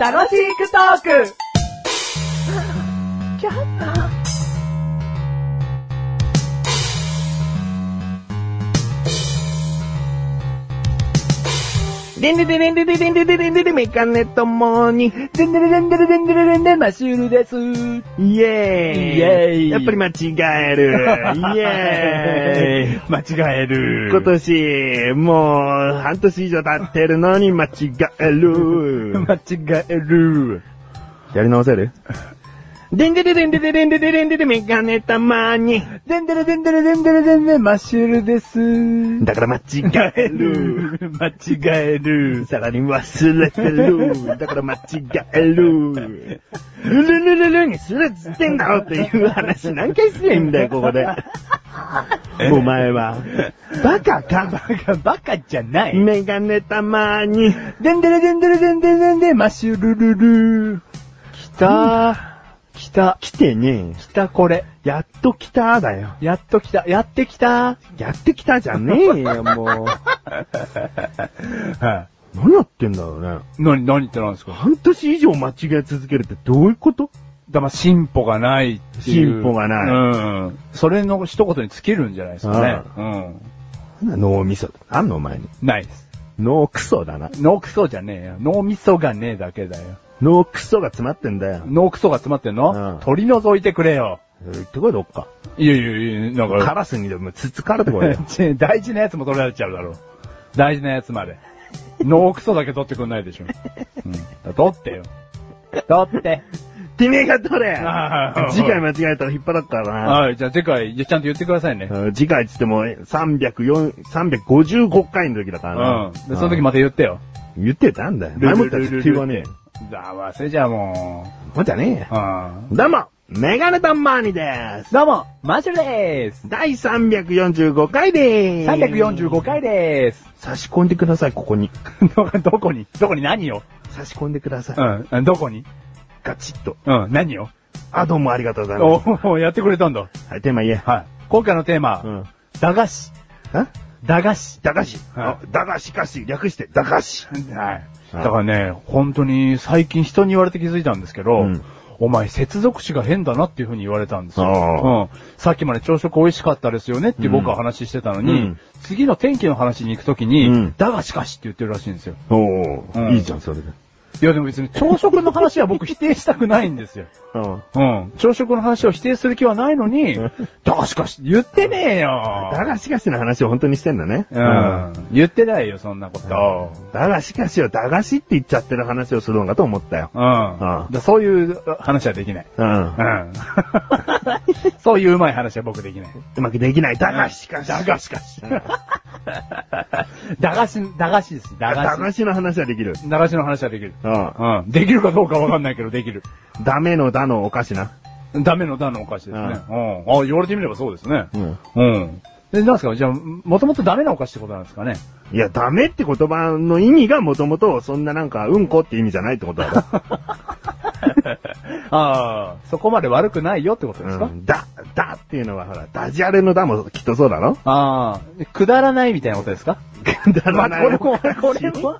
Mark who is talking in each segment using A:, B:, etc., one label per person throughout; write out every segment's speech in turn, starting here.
A: 楽しくトークでんでででんでででんでででんででメガネともに、でんでででんでででんでででんでマッシュルです。イエーイ。
B: イエーイ
A: やっぱり間違える。イエーイ。
B: 間違える。
A: 今年、もう、半年以上経ってるのに間違える。
B: 間違える。
A: やり直せるでんでででんでででんでででんででメガネたまに。
B: でんでれでんでれでんでれでんでマッシュルです。間
A: だから間違える。。
B: 間違える。
A: さらに忘れてる。だから間違える。ルルルルルにするっつってんだろっていう話何回してんだよ、ここで。お前は。バカ
B: バ
A: か。
B: カ、バカじゃない。
A: メガネたまに。
B: でんでれでんでれでんでれでんでマッシュルルル。
A: 来た。
B: 来た。
A: 来てね
B: 来たこれ。
A: え。やっと来ただよ。
B: やっと来た。やってきた。
A: やってきたじゃねえよ、 もう。
B: は
A: 何やってんだろうね。
B: い。なに、何ってなんですか
A: 半年以上間違え続けるってどういうこと
B: だから進歩がないっていう。
A: 進歩がない
B: うん。それの一言に尽きるんじゃないですかね。うん。
A: なんだ脳みそ。あんのお前に。
B: ないです。
A: 脳クソだな。
B: 脳クソじゃねえよ。脳みそがねえだけだよ。
A: 脳クソが詰まってんだよ。
B: 脳クソが詰まってんの、
A: うん
B: 取り除いてくれよ。
A: 言ってこい、どっか。
B: いやいやいや、なん
A: カ
B: か、
A: ラスにでもつつかれてこいよ。
B: 大事なやつも取られちゃうだろう。大事なやつまで。脳クソだけ取ってくんないでしょ。うん、だから取ってよ。取って。
A: てめえが取れ
B: ああ
A: 次回間違えたら引っ張らっから
B: はい、じゃあ次回、いやちゃんと言ってくださいね。
A: な。次回っつっても304、355回の時だか
B: う
A: ら
B: ん
A: な。。
B: で、その時また言ってよ。
A: 言ってたんだよ。前もったら絶対言わねえよ。
B: だ、忘れちゃうも
A: もんじゃね
B: ん。うん。
A: えよ。どうも、メガネタンマーニです。
B: どうも、マジュルでーす。
A: 第345回でーす。
B: 345回でーす。
A: 差し込んでください、ここに。
B: ど、どこにどこに何を
A: 差し込んでください。
B: うん。どこに
A: ガチッと。
B: うん。何を
A: あ、どうもありがとうございま
B: おー、やってくれたんだ。
A: す。はい、テーマ言え。
B: はい。今回のテーマ、
A: うん。
B: 駄菓子。
A: あ
B: 駄菓子。
A: 駄菓子。
B: は
A: あ駄菓子かし、略して駄菓子。
B: はい。だからね、本当に最近人に言われて気づいたんですけど、
A: うん
B: お前接続詞が変だなっていう風に言われたんです
A: あ
B: よ。うん。さっきまで朝食美味しかったですよねって僕は話してたのに、
A: うん
B: 次の天気の話に行くときに、
A: うん
B: だがしかしって言ってるらしいんですよ。
A: おお、
B: うん
A: いいじゃん、それで。
B: いやでも別に朝食の話は僕否定したくないんですよ。
A: うん。
B: うん。朝食の話を否定する気はないのに、だがしかしって言ってねえよ。
A: だがしかしの話を本当にしてんだね。
B: うん。言ってないよ、そんなこと。
A: だがしかしをだがしって言っちゃってる話をするのかと思ったよ。
B: うん。だからそういう話はできない。
A: うん
B: う。 ん。そういううまい話は僕できない。
A: うまくできない。だがしかし。
B: だがしかし。駄菓子、駄菓子です。駄
A: だ
B: 菓
A: がしの話はできる。
B: 子。駄菓子の話はできる。
A: うん。
B: うん。できるかどうかわかんないけど、できる。
A: ダメのだのおかしな。
B: ダメのだのお菓子ですね。うん。あ、言われてみればそうですね。
A: ん。
B: うん。で、なんですかじゃあ、もともとダメなお菓子ってことなんですか ね。
A: いや、ダメって言葉の意味がもともとそんななんか、うんこって意味じゃないってこと だろ。
B: ああ、そこまで悪くないよってことですか、
A: うん。だ、だっていうのはほら、ダジャレのだもきっとそうだろ
B: ああ、でくだらないみたいなことですか
A: だ
B: まあ、これも、こ
A: こ
B: れ
A: れ
B: も、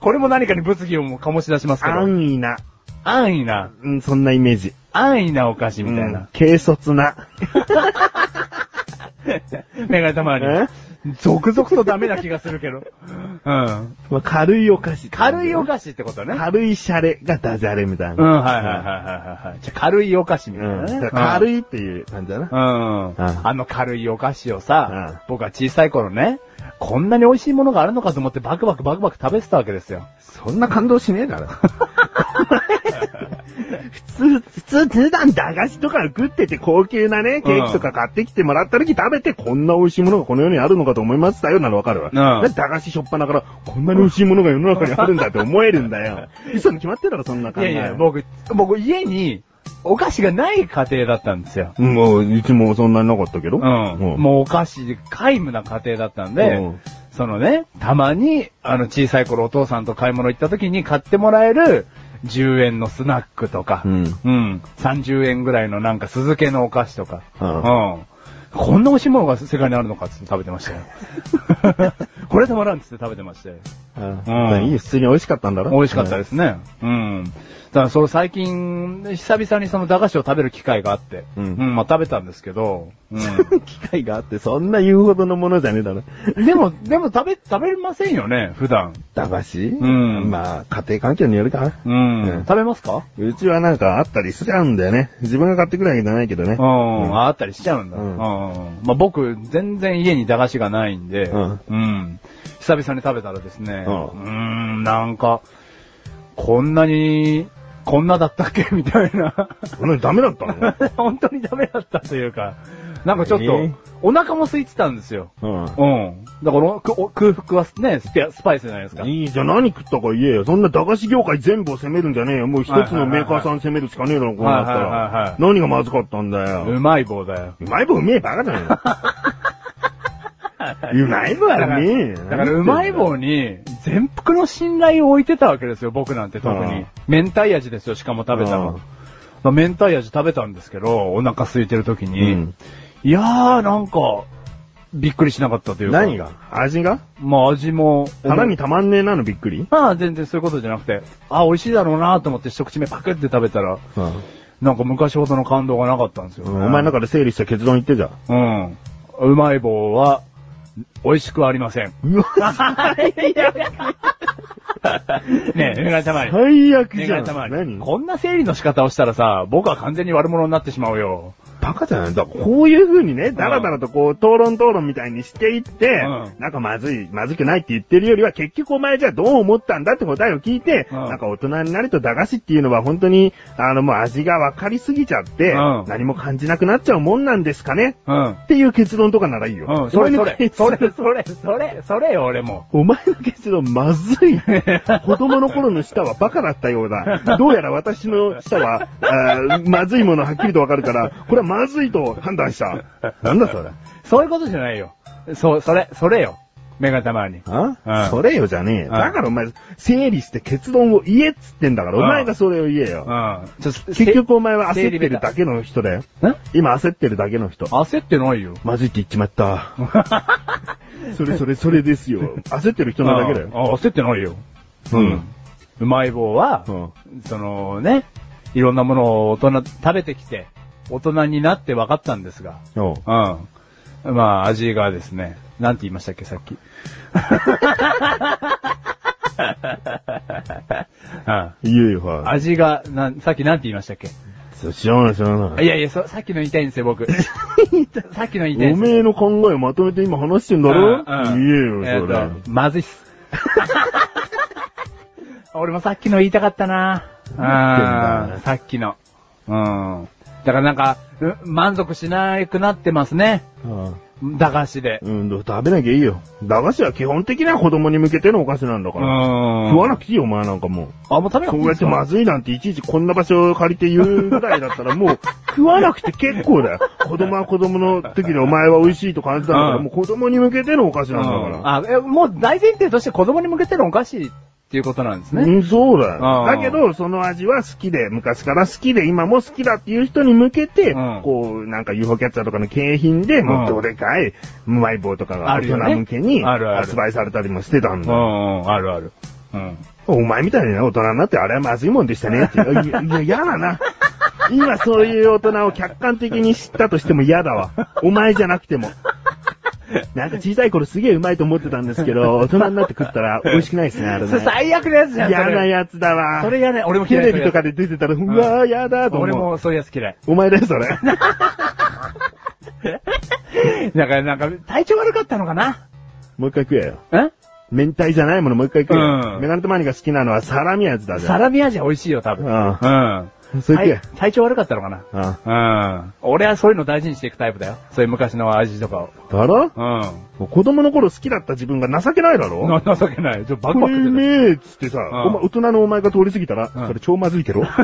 B: これも何かに物議をも醸し出しますけど。
A: 安易な、
B: 安易な、
A: うん、そんなイメージ。
B: 安易なお菓子みたいな。
A: うん軽率な。
B: メガネたまに。続々とダメな気がするけど。うん。
A: まあ軽いお菓子。
B: 軽いお菓子ってことね。
A: 軽いシャレがダジャレみたい
B: うん、
A: な。
B: はいはいはいはいはい。じゃあ軽いお菓子みたいなね。
A: だから軽
B: い。
A: いっていう感じだな
B: う。ん。あの軽いお菓子をさ、僕は小さい頃ね、こんなに美味しいものがあるのかと思ってバクバクバクバク食べてたわけですよ。
A: そんな感動しねえ だろ。普通、普通、普段駄菓子とか食ってて高級なね、ケーキとか買ってきてもらった時食べて、こんな美味しいものがこの世にあるのかと思いましたよならわかるわ。
B: ん
A: なんで駄菓子しょっぱなから、こんなに美味しいものが世の中にあるんだって思える んだよ。嘘に決まってるだろ、そんな考
B: いや
A: え。
B: いや、僕、僕家にお菓子がない家庭だったんですよ。
A: もう、いつもそんなになかったけど。
B: うん。もうお菓子、皆無な家庭だったんで、
A: うん
B: そのね、たまに、あの、小さい頃お父さんと買い物行った時に買ってもらえる、10円のスナックとか、
A: うん
B: 30円ぐらいのなんか鈴けのお菓子とか、
A: うん
B: うん こんな美味しいものが世界にあるのかっつって食べてましたよ。これたまらんっつって食べてましたよ。
A: うん。いいよ、普通に美味しかったんだろ
B: 美味しかったですね。うん。だから、その最近、久々にその駄菓子を食べる機会があって、
A: う
B: うんん、まあ食べたんですけど、
A: う。
B: うん
A: 機会があって、そんな言うほどのものじゃねえだろ。
B: ん。でも、でも食べ、食べませんよね、普段。
A: 駄菓子
B: ん
A: まあ、家庭環境によるかな。
B: うん。
A: うん
B: 食べますか
A: うちはなんかあったりしちゃうんだよね。自分が買ってくるわけじゃないけどね
B: う。ん、あったりしちゃうんだ。
A: う
B: うんん。まあ僕、全然家に駄菓子がないんで、
A: うん
B: うん久々に食べたらですね、
A: う
B: うんん、ん、なんか、こんなに、こんなだったっけ みたいな。
A: うん、ダメだったの
B: 本当にダメだったというか、なんかちょっと、
A: えー
B: お腹も空いてたんですよ。
A: う
B: うん。だから、くお空腹はね、スピアスパイスじゃないですか。
A: ん。いいじゃん、何食ったか言えよ。そんな駄菓子業界全部を攻めるんじゃねえよ。もう一つのメーカーさん攻めるしかねえだろ、こうなった
B: はいはいはいは
A: ら
B: い。
A: 何がまずかったんだよ。
B: うまい棒だよ。
A: うまい棒うめえバカじゃない のうまい棒
B: だか
A: は
B: ら、
A: ねえ。
B: だからうまい棒に、全幅の信頼を置いてたわけですよ、僕なんて特
A: う
B: に
A: ん。
B: 明太味ですよ、しかも食べた
A: うん
B: の。まあ明太味食べたんですけど、お腹空いてる時に、
A: うん
B: いやー、なんか、びっくりしなかったというか。
A: 何が味が
B: まあ味も。
A: 腹にたまんねえなのびっくり
B: まあ全然そういうことじゃなくて、あ、美味しいだろうなと思って一口目パクって食べたら、なんか昔ほどの感動がなかったんですよ。
A: お前の中で整理した結論言ってじゃん。
B: うん。うまい棒は、美味しくはありません。
A: うわ、
B: ねえ、メガネたまり。
A: 最悪
B: メ
A: じ
B: ガ
A: ゃ
B: ネたま
A: ん。
B: り。
A: 何
B: こんな整理の仕方をしたらさ、僕は完全に悪者になってしまうよ。
A: バカじゃないだからこういう風にね、だらだらとこう、討論討論みたいにしていって、
B: うん
A: なんかまずい、まずくないって言ってるよりは、結局お前じゃあどう思ったんだって答えを聞いて、
B: うん
A: なんか大人になると駄菓子っていうのは本当に、あのもう味が分かりすぎちゃって、
B: うん
A: 何も感じなくなっちゃうもんなんですかね
B: うん。
A: っていう結論とかならいいよ。
B: うん、そ
A: お
B: れそ
A: 前の
B: れ、
A: 結論
B: それ、それ、それ、それよ、俺も。
A: お前の結論まず いね。子供の頃の舌はバカだったようだ。どうやら私の舌は、あーまずいものはっきりとわかるから、これはまずいと判断した。なんだそれ。
B: そういうことじゃないよ。そ、それ、それよ。メガネたまり。
A: あ
B: うん
A: それよじゃねえよ。
B: うん
A: だからお前、整理して結論を言えっつってんだから、お
B: うん
A: 前がそれを言え
B: う
A: よ。
B: ん。ちょ、せ
A: 結局お前は焦
B: 整
A: っ
B: 理
A: て
B: ベ
A: る
B: タ
A: だけの人だよ。
B: ん
A: 今焦ってるだけの人。
B: 焦ってないよ。
A: まずいって言っちま った。それそれそれですよ。焦ってる人なだけだよ。
B: ああ、焦ってないよ。
A: うん。
B: うまい棒は、
A: うん
B: そのね、いろんなものを大人、食べてきて、大人になって分かったんですが、
A: おう
B: うん。まあ、味がですね、なんて言いましたっけ、さ っき。うん
A: 言えよ、はい。
B: 味が、なん、さっきなんて言いましたっけ
A: そう知らない知らない。
B: いやいや、そさっきの言いたいんですよ、僕。さっきの 言いたいんですよ
A: お。めえの考えをまとめて今話してんだろ言えよ、それ。
B: っとまずいっす。 俺もさっきの言いたかったな
A: なってんだ
B: うんさっきの。うん。だからなんか、う満足しなくなってますね。駄菓子で。
A: うん、うん食べなきゃいいよ。駄菓子は基本的には子供に向けてのお菓子なんだ
B: う
A: か
B: ん。
A: ら。食わなくていいよ、お前なんかもう。
B: あ、もう食べ
A: こ
B: なくていういん
A: や
B: で
A: っ
B: す
A: て
B: か
A: まずいなんていちいちこんな場所を借りて言うぐらいだったらもう食わなくて結構だよ。子供は子供の時にお前は美味しいと感じたんだから、
B: うん
A: もう子供に向けてのお菓子
B: う
A: なんだ
B: ん
A: か
B: あ、え、もう大前提として子供に向けてのお菓子っていうことなんです
A: ら。
B: ね。
A: うん、そうだよ。
B: うん
A: だけど、その味は好きで、昔から好きで、今も好きだっていう人に向けて、
B: うん
A: こう、なんか UFO キャッチャーとかの景品で、もうどでかい、うまい棒とかが
B: あ
A: 大
B: る
A: 人
B: よね
A: 向けに
B: あるある
A: 発売されたりもしてたん
B: う
A: だよ。
B: ん、うんあるある。うん。
A: お前みたいな大人になってあれはまずいもんでしたねって。 いやいや、嫌だな。今そういう大人を客観的に知ったとしても嫌だわ。お前じゃなくても。なんか小さい頃すげえうまいと思ってたんですけど、大人になって食ったら美味しくないですね、あれ
B: それ
A: ね。
B: 最悪のやつじゃん、そ
A: 嫌
B: れ。
A: なやつだわ。
B: それ嫌ね。俺も
A: テ
B: 嫌い。
A: レビとかで出てたら、うわー、やだと
B: 俺
A: 思う。
B: もそういうやつ嫌い。
A: お前だよ、それ。
B: だから なんか、体調悪かったのかな
A: もう一回食えよ。
B: ん
A: 明太じゃないものもう一回食えよ。
B: うん
A: メガネとマニが好きなのはサラミ味だじゃん。
B: サラミ味は美味しいよ、多分。
A: あ
B: う
A: あ
B: ん。
A: それ食え。
B: 体体調悪かったのかな
A: あ
B: うん。俺はそういうの大事にしていくタイプだよ。そういう昔の味とかを。
A: あだろ
B: う
A: 子供の頃好きだった自分が情けないだろ
B: ん。な、情けない。ちょ、バク
A: こ
B: バ
A: れ
B: ク
A: う
B: 食って
A: めえっつってさ、
B: ん
A: お前大人のお前が通り過ぎたら、
B: うん
A: それ超まずいけど って。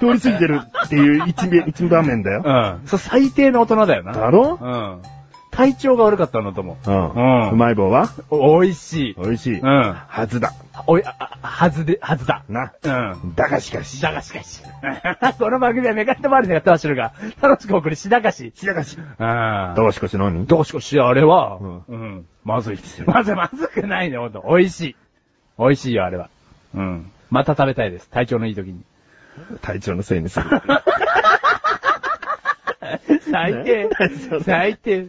A: 通り過ぎてるっていう一面一場面だよ。
B: た。うん。そう、最低の大人だよな。
A: だろ
B: うん。体調が悪かったのとも。
A: うん
B: うん
A: うまい棒は
B: お美味しい。
A: 美味しい。
B: う
A: は
B: ん。
A: ずだ。
B: おい、あ、あはずで、はずだ。
A: な。
B: うん。
A: だがしかし。
B: しだがしかし。 この番組はメガネとマリネが楽しるが、楽しく送るしだがし。
A: しだがし。
B: あ
A: だ
B: ど
A: がしかし何
B: どうしこし、あれは、
A: う
B: うん。まずいっすよ。まず、まずくないね、ほんと。美味しい。美味しいよ、あれは。うん。また食べたいです。体調のいい時に。
A: 体調のせいにする。
B: 最低
A: 体調の。
B: 最低。